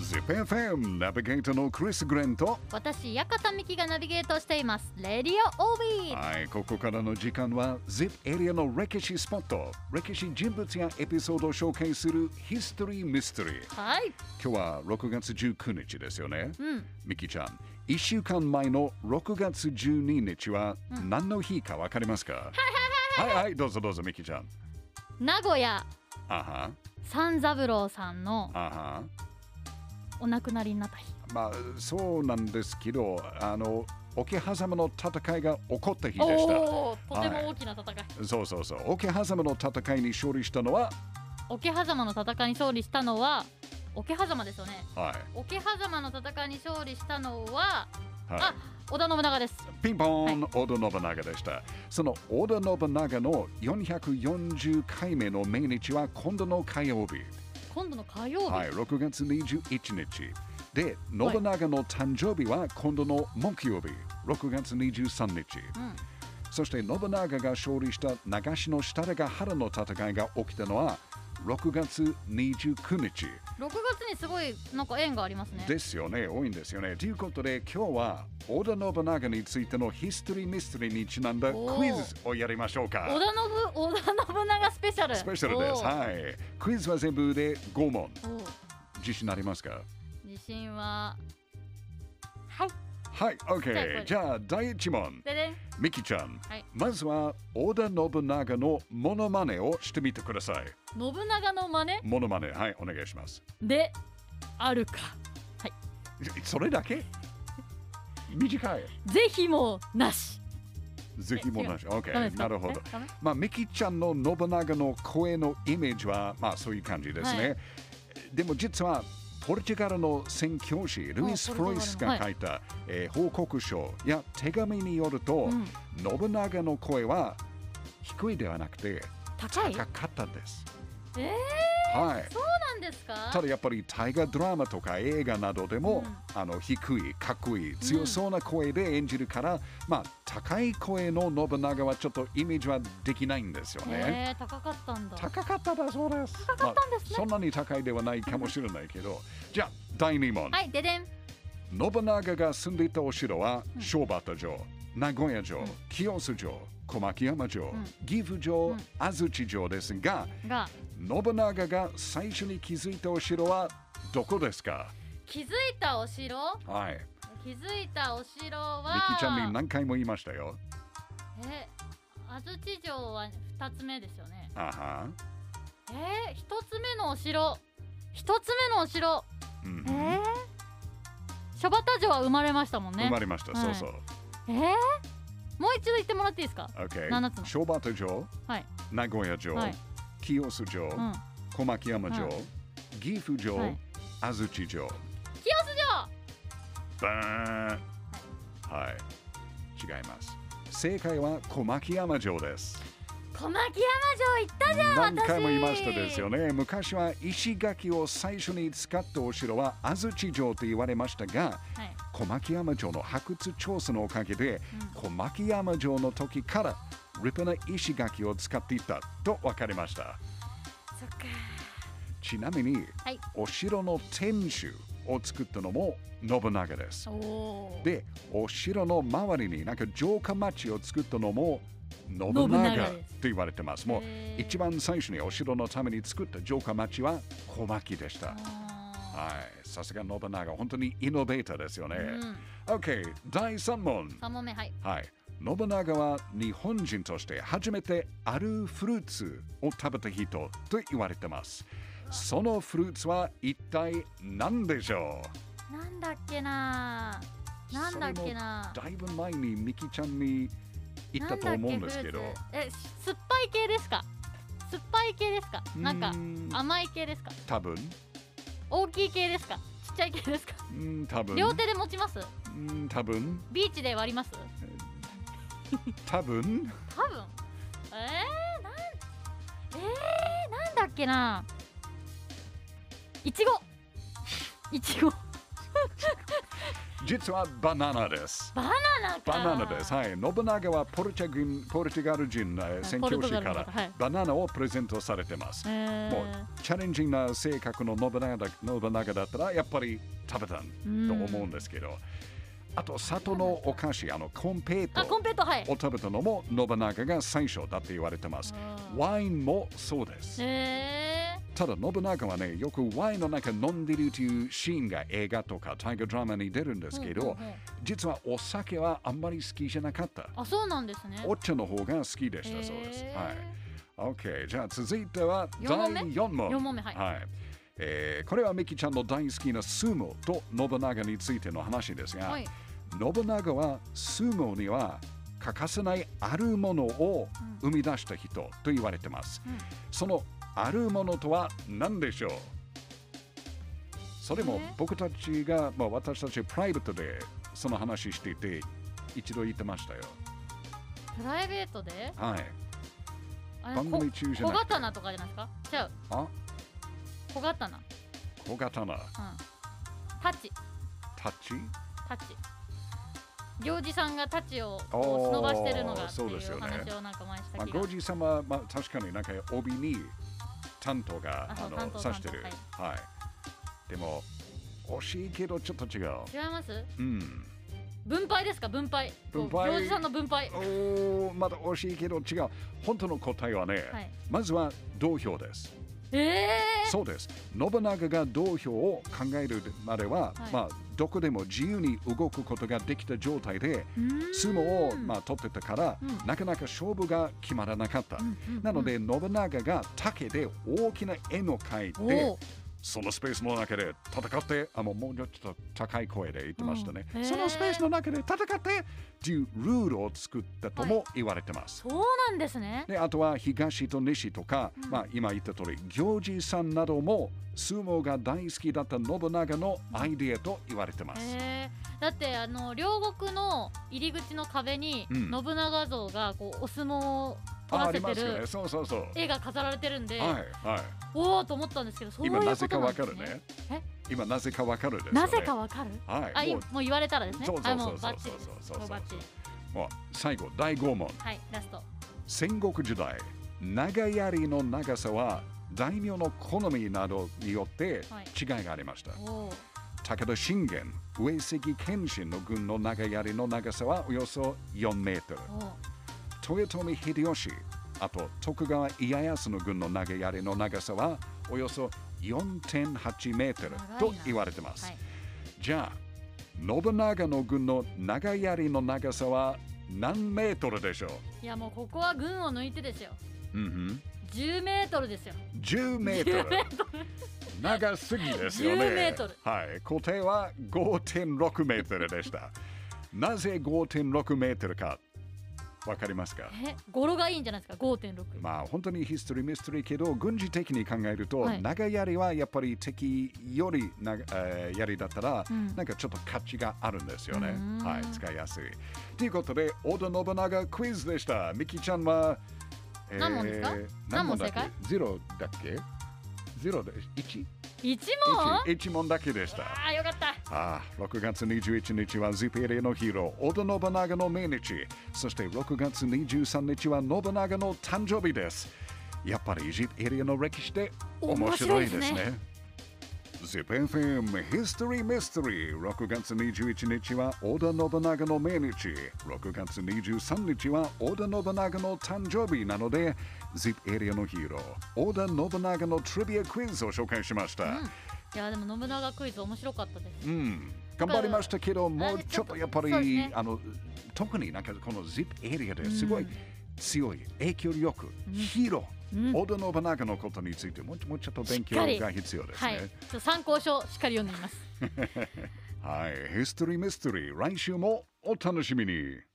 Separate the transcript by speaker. Speaker 1: FM ナビゲーターのクリス・グレンと
Speaker 2: 私屋形美希がナビゲートしていますレディオオービー
Speaker 1: はいここからの時間は ZIP エリアの歴史スポット歴史人物やエピソードを紹介するヒストリー・ミステリー
Speaker 2: はい
Speaker 1: 今日は6月19日ですよね
Speaker 2: うん
Speaker 1: ミキちゃん1週間前の6月12日は何の日かわかりますか、はいはいどうぞどうぞミキちゃん
Speaker 2: 名古屋
Speaker 1: あは
Speaker 2: 三三郎さんの
Speaker 1: あは
Speaker 2: お亡くなりになった日
Speaker 1: まあそうなんですけどあの桶狭間の戦いが起こった日でした
Speaker 2: おおーとても大きな戦い、
Speaker 1: そうそうそう桶狭間の戦いに勝利したのは
Speaker 2: 桶狭間の戦いに勝利したのは桶狭間ですよね
Speaker 1: は
Speaker 2: 桶狭間の戦いに勝利したのは、
Speaker 1: い、はい
Speaker 2: あ、織田信長です
Speaker 1: ピンポーン、織田信長でしたその織田信長の440回目の命日は今度の火曜日
Speaker 2: 今度の火曜日、
Speaker 1: はい、6月21日。で、信長の誕生日は今度の木曜日、6月23日。
Speaker 2: うん
Speaker 1: そして信長が勝利した長篠設楽原の戦いが起きたのは6月29日
Speaker 2: 6月にすごいなんか縁がありますね
Speaker 1: ですよね、多いんですよね。ということで、今日は織田信長についてのヒストリーミステリーにちなんだ
Speaker 2: おー
Speaker 1: クイズをやりましょうか。
Speaker 2: 織田信織田信長スペシャル
Speaker 1: スペシャルです。
Speaker 2: おー
Speaker 1: はい。クイズは全部で5問。
Speaker 2: おー
Speaker 1: 自信ありますか
Speaker 2: 自信はは
Speaker 1: はい、
Speaker 2: いじゃあこ
Speaker 1: OK。
Speaker 2: れ
Speaker 1: じゃあ、第1問。
Speaker 2: ででん
Speaker 1: ミキちゃん、
Speaker 2: はい
Speaker 1: まずは織田信長のモノマネをしてみてください。
Speaker 2: 信長の真似
Speaker 1: モノマネ、はい、お願いします。
Speaker 2: であるか
Speaker 1: えそれだ け短い。
Speaker 2: ぜひもなし
Speaker 1: ぜひもなし。
Speaker 2: ダメです
Speaker 1: OK、
Speaker 2: か
Speaker 1: なるほど
Speaker 2: え。ダメ
Speaker 1: まあ、ミキちゃんの信長の声のイメージは、まあ、そういう感じですね。
Speaker 2: は
Speaker 1: でも実は、ポルトガルの宣教師、ルイス・
Speaker 2: あ
Speaker 1: フ
Speaker 2: ポ
Speaker 1: ロ
Speaker 2: ル
Speaker 1: イ
Speaker 2: トガル
Speaker 1: ス
Speaker 2: の
Speaker 1: が書いた、えー報告書や手紙によると、
Speaker 2: うん
Speaker 1: 信長の声は低いではなくて
Speaker 2: 高い
Speaker 1: 高かったんです。
Speaker 2: えー
Speaker 1: はい。
Speaker 2: なんですか
Speaker 1: ただやっぱり大河ドラマとか映画などでも、あの低いかっこいい強そうな声で演じるから、まあ高い声の信長はちょっとイメージはできないんですよね。
Speaker 2: えー、高かったんだ
Speaker 1: 高かっただそうです。高かったんです、ねそんなに高いではないかもしれないけど。じゃあ、第2問。
Speaker 2: はいででん
Speaker 1: 信長が住んでいたお城は、小畑城、名古屋城、
Speaker 2: うん
Speaker 1: 清須城、小牧山城、
Speaker 2: ん
Speaker 1: 岐阜城、
Speaker 2: うん
Speaker 1: 安土城ですが、
Speaker 2: が
Speaker 1: 信長が最初に築いたお城はどこですか
Speaker 2: 気づいたお城
Speaker 1: はい。
Speaker 2: 気づいたお城
Speaker 1: ミ
Speaker 2: は
Speaker 1: キちゃんに何回も言いましたよ。
Speaker 2: え安土城は二つ目ですよね
Speaker 1: あは。
Speaker 2: えー、一つ目のお城一つ目のお城
Speaker 1: うん
Speaker 2: えー、諸畑城は生まれましたもんね
Speaker 1: 生まれました、
Speaker 2: はい
Speaker 1: そう
Speaker 2: えー、もう一度言ってもらっていいですか
Speaker 1: そう。OK。
Speaker 2: 七つの
Speaker 1: 小畑城、
Speaker 2: はい
Speaker 1: 名古屋城、
Speaker 2: はい
Speaker 1: 清須城、
Speaker 2: うん
Speaker 1: 小牧山城、
Speaker 2: は
Speaker 1: 岐阜城、
Speaker 2: はい
Speaker 1: 安土城。
Speaker 2: 清洲城
Speaker 1: バーン。はい。違います。正解は小牧山城です。
Speaker 2: 小牧山城行ったじゃん
Speaker 1: 何回も
Speaker 2: 私
Speaker 1: 言いましたですよね。昔は石垣を最初に使ったお城は安土城と言われましたが、
Speaker 2: はい、
Speaker 1: 小牧山城の発掘調査のおかげで、小牧山城の時から立派な石垣を使っていたと分かりました
Speaker 2: そっか
Speaker 1: ちなみに、
Speaker 2: はい
Speaker 1: お城の天守を作ったのも信長です
Speaker 2: おおー
Speaker 1: でお城の周りになんか城下町を作ったのも信長
Speaker 2: 信長
Speaker 1: と
Speaker 2: です
Speaker 1: 言われてますもう
Speaker 2: へー
Speaker 1: 一番最初にお城のために作った城下町は小牧でした
Speaker 2: あ
Speaker 1: はいさすが信長本当にイノベーターですよね、
Speaker 2: ーうん、
Speaker 1: OK 第3問
Speaker 2: 3問目はい
Speaker 1: はい。信長は日本人として初めてあるフルーツを食べた人と言われてます。そのフルーツは一体何でしょ
Speaker 2: なんだっけなーなんだっけな
Speaker 1: うだいぶ前にミキちゃんに言ったと
Speaker 2: なん
Speaker 1: 思
Speaker 2: だっ
Speaker 1: うんですけど
Speaker 2: フルーツ。え酸っぱい系ですか酸っぱい系ですかなん
Speaker 1: う
Speaker 2: か
Speaker 1: ん
Speaker 2: 甘い系ですか
Speaker 1: 多分、
Speaker 2: 大きい系ですかちっちゃい系ですか
Speaker 1: うん、多分、
Speaker 2: 両手で持ちます
Speaker 1: うん、多分、
Speaker 2: ビーチで割ります
Speaker 1: 多分、
Speaker 2: 多分えー、なんえー、なんだっけ ないちごいちご
Speaker 1: 実はバナナです。
Speaker 2: バナナか
Speaker 1: バナナです。はい。信長はポルチャ軍ポルチュガル人、えー宣教師
Speaker 2: ポル
Speaker 1: か
Speaker 2: トガルの
Speaker 1: ら
Speaker 2: 方はい
Speaker 1: バナナをプレゼントされてます。
Speaker 2: えー
Speaker 1: もうチャレンジングな性格の信長だ信長だったらやっぱり食べたんと思うんですけど、あと里のお菓子あのコンペイト
Speaker 2: あコンペイトはい
Speaker 1: を食べたのも信長が最初だって言われてます
Speaker 2: あー
Speaker 1: ワインもそうです
Speaker 2: え
Speaker 1: ただ信長はねよくワインの中飲んでるというシーンが映画とか大河ドラマに出るんですけど、
Speaker 2: うんうんうん
Speaker 1: 実はお酒はあんまり好きじゃなかった
Speaker 2: ー、あそうなんですね
Speaker 1: お茶の方が好きでしたそうです、
Speaker 2: へー
Speaker 1: はい OK じゃあ続いては第
Speaker 2: 四問目
Speaker 1: 4問
Speaker 2: 四問目はい
Speaker 1: えーこれはミキちゃんの大好きなスーモと信長についての話ですが、
Speaker 2: はい
Speaker 1: 信長はスーモには欠かせないあるものを生み出した人と言われてます、
Speaker 2: うん
Speaker 1: そのあるものとは何でしょうそれも
Speaker 2: えー
Speaker 1: 僕たちが、まあ、私たちプライベートでその話していて一度言ってましたよ
Speaker 2: プライベートで
Speaker 1: はい
Speaker 2: あれ
Speaker 1: 番組中じゃ
Speaker 2: 小
Speaker 1: なくて
Speaker 2: 刀とかじゃないですかじゃ
Speaker 1: あ
Speaker 2: 小刀うん
Speaker 1: 小刀
Speaker 2: 太刀
Speaker 1: タッチ
Speaker 2: 太刀行司さんが太刀をこう伸ばしてるのがってい
Speaker 1: おーそうですよ
Speaker 2: う
Speaker 1: ね
Speaker 2: 話をなんか前にした
Speaker 1: まあ、
Speaker 2: 気が
Speaker 1: ゴジ様、まあ、確かになんか帯に担当が
Speaker 2: あそう
Speaker 1: あの
Speaker 2: 担当
Speaker 1: 指してる
Speaker 2: 担。
Speaker 1: はい、でも、惜しいけどちょっと違う。
Speaker 2: 違います
Speaker 1: うん。
Speaker 2: 分配ですか分配こう
Speaker 1: 分配
Speaker 2: 行司さんの分配
Speaker 1: おーまだ惜しいけど違う。本当の答えはね、
Speaker 2: はい
Speaker 1: まずは同票です。
Speaker 2: ええ
Speaker 1: そうです。信長が同票を考えるまでは、
Speaker 2: はい
Speaker 1: まあ、どこでも自由に動くことができた状態で、
Speaker 2: うーん
Speaker 1: 相撲を、まあ、取ってたから、
Speaker 2: うん
Speaker 1: なかなか勝負が決まらなかった。
Speaker 2: うんうんうん
Speaker 1: なので信長が竹で大きな絵の描い
Speaker 2: お
Speaker 1: て
Speaker 2: お
Speaker 1: そのスペースの中で戦ってあもうもうちょっと高い声で言ってましたね、
Speaker 2: うんへー
Speaker 1: そのスペースの中で戦ってっていうルールを作ったとも言われてます、
Speaker 2: そうなんですね
Speaker 1: であとは東と西とか、
Speaker 2: うん
Speaker 1: まあ、今言った通り行司さんなども相撲が大好きだった信長のアイデアと言われてます、
Speaker 2: へえだってあの両国の入り口の壁に
Speaker 1: うん
Speaker 2: 信長像がこうお相撲を撮
Speaker 1: ああ
Speaker 2: ら
Speaker 1: り
Speaker 2: せ
Speaker 1: ま
Speaker 2: て
Speaker 1: すよね
Speaker 2: る
Speaker 1: そうそうそう
Speaker 2: 絵が飾られてるんで、
Speaker 1: はいはい
Speaker 2: おおと思ったんですけどそういう
Speaker 1: 今
Speaker 2: ことな
Speaker 1: なん
Speaker 2: です、
Speaker 1: ぜ
Speaker 2: ね、
Speaker 1: かわかるね
Speaker 2: え
Speaker 1: 今なぜかわかるですよね
Speaker 2: なぜかわかる
Speaker 1: は
Speaker 2: あ
Speaker 1: い
Speaker 2: い
Speaker 1: も
Speaker 2: も
Speaker 1: う
Speaker 2: う言われたらですね
Speaker 1: そうそう
Speaker 2: あも
Speaker 1: そううそ
Speaker 2: バ
Speaker 1: う
Speaker 2: ッチリです
Speaker 1: そうそうそう
Speaker 2: もうバッチリ
Speaker 1: もう最後第5問
Speaker 2: はいラスト
Speaker 1: 戦国時代長槍の長さは大名の好みなどによって
Speaker 2: はい
Speaker 1: 違いがありました、
Speaker 2: おお
Speaker 1: 武田信玄上杉謙信の軍の長槍の長さはおよそ4メートル
Speaker 2: おお
Speaker 1: 豊臣秀吉あと徳川家康の軍の長槍の長さはおよそ4.8メートル
Speaker 2: 長
Speaker 1: と
Speaker 2: いな
Speaker 1: 言われてます、
Speaker 2: はい
Speaker 1: じゃあ信長の軍の長槍の長さは何メートルでしょ
Speaker 2: いやもうここは群を抜いてですよ
Speaker 1: う、うん
Speaker 2: 10メートルですよ
Speaker 1: うん、10メートル長すぎですよね。
Speaker 2: 10メートル
Speaker 1: はい、答えは5.6メートルでした。なぜ5.6メートルかわかりますか
Speaker 2: え語呂がいいんじゃないですか5.6、
Speaker 1: まあ本当にヒストリーミステリーけど軍事的に考えると、
Speaker 2: はい
Speaker 1: 長槍はやっぱり敵よりな、えー槍だったら、
Speaker 2: うん
Speaker 1: なんかちょっと価値があるんですよね
Speaker 2: うーん。
Speaker 1: はい、使いやすい。ということで織田信長クイズでした。ミキちゃんは、え
Speaker 2: 何問ですか
Speaker 1: 何問だっけ
Speaker 2: 何問
Speaker 1: ゼロだっけゼロで一
Speaker 2: 1問
Speaker 1: 一一問だけでした。
Speaker 2: ああよかった
Speaker 1: ああ、6月21日は ZPLA のヒーロー、織田信長の命日。そして6月23日は信長の誕生日です。やっぱり ZPLA の歴史で面白いです
Speaker 2: 面白い
Speaker 1: ね。ZIPFM History Mystery 6月21日は織田信長の命日6月23日は織田信長の誕生日なので ZIP エリアのヒーロー織田信長のトリビアクイズを紹介しました、
Speaker 2: いやでも信長クイズ面白かったです
Speaker 1: うん、頑張りましたけど、もうちょっとやっぱり、
Speaker 2: そうですね
Speaker 1: あの特になんかこの ZIP エリアですごい強い影響力、ヒーロー、織田信長のことについてもうちょもうちょっと勉強
Speaker 2: しっかり
Speaker 1: が必要です
Speaker 2: はい、ちょ
Speaker 1: ね。
Speaker 2: っと参考書しっかり読んでみます
Speaker 1: はい、ヒストリーミステリー、来週もお楽しみに。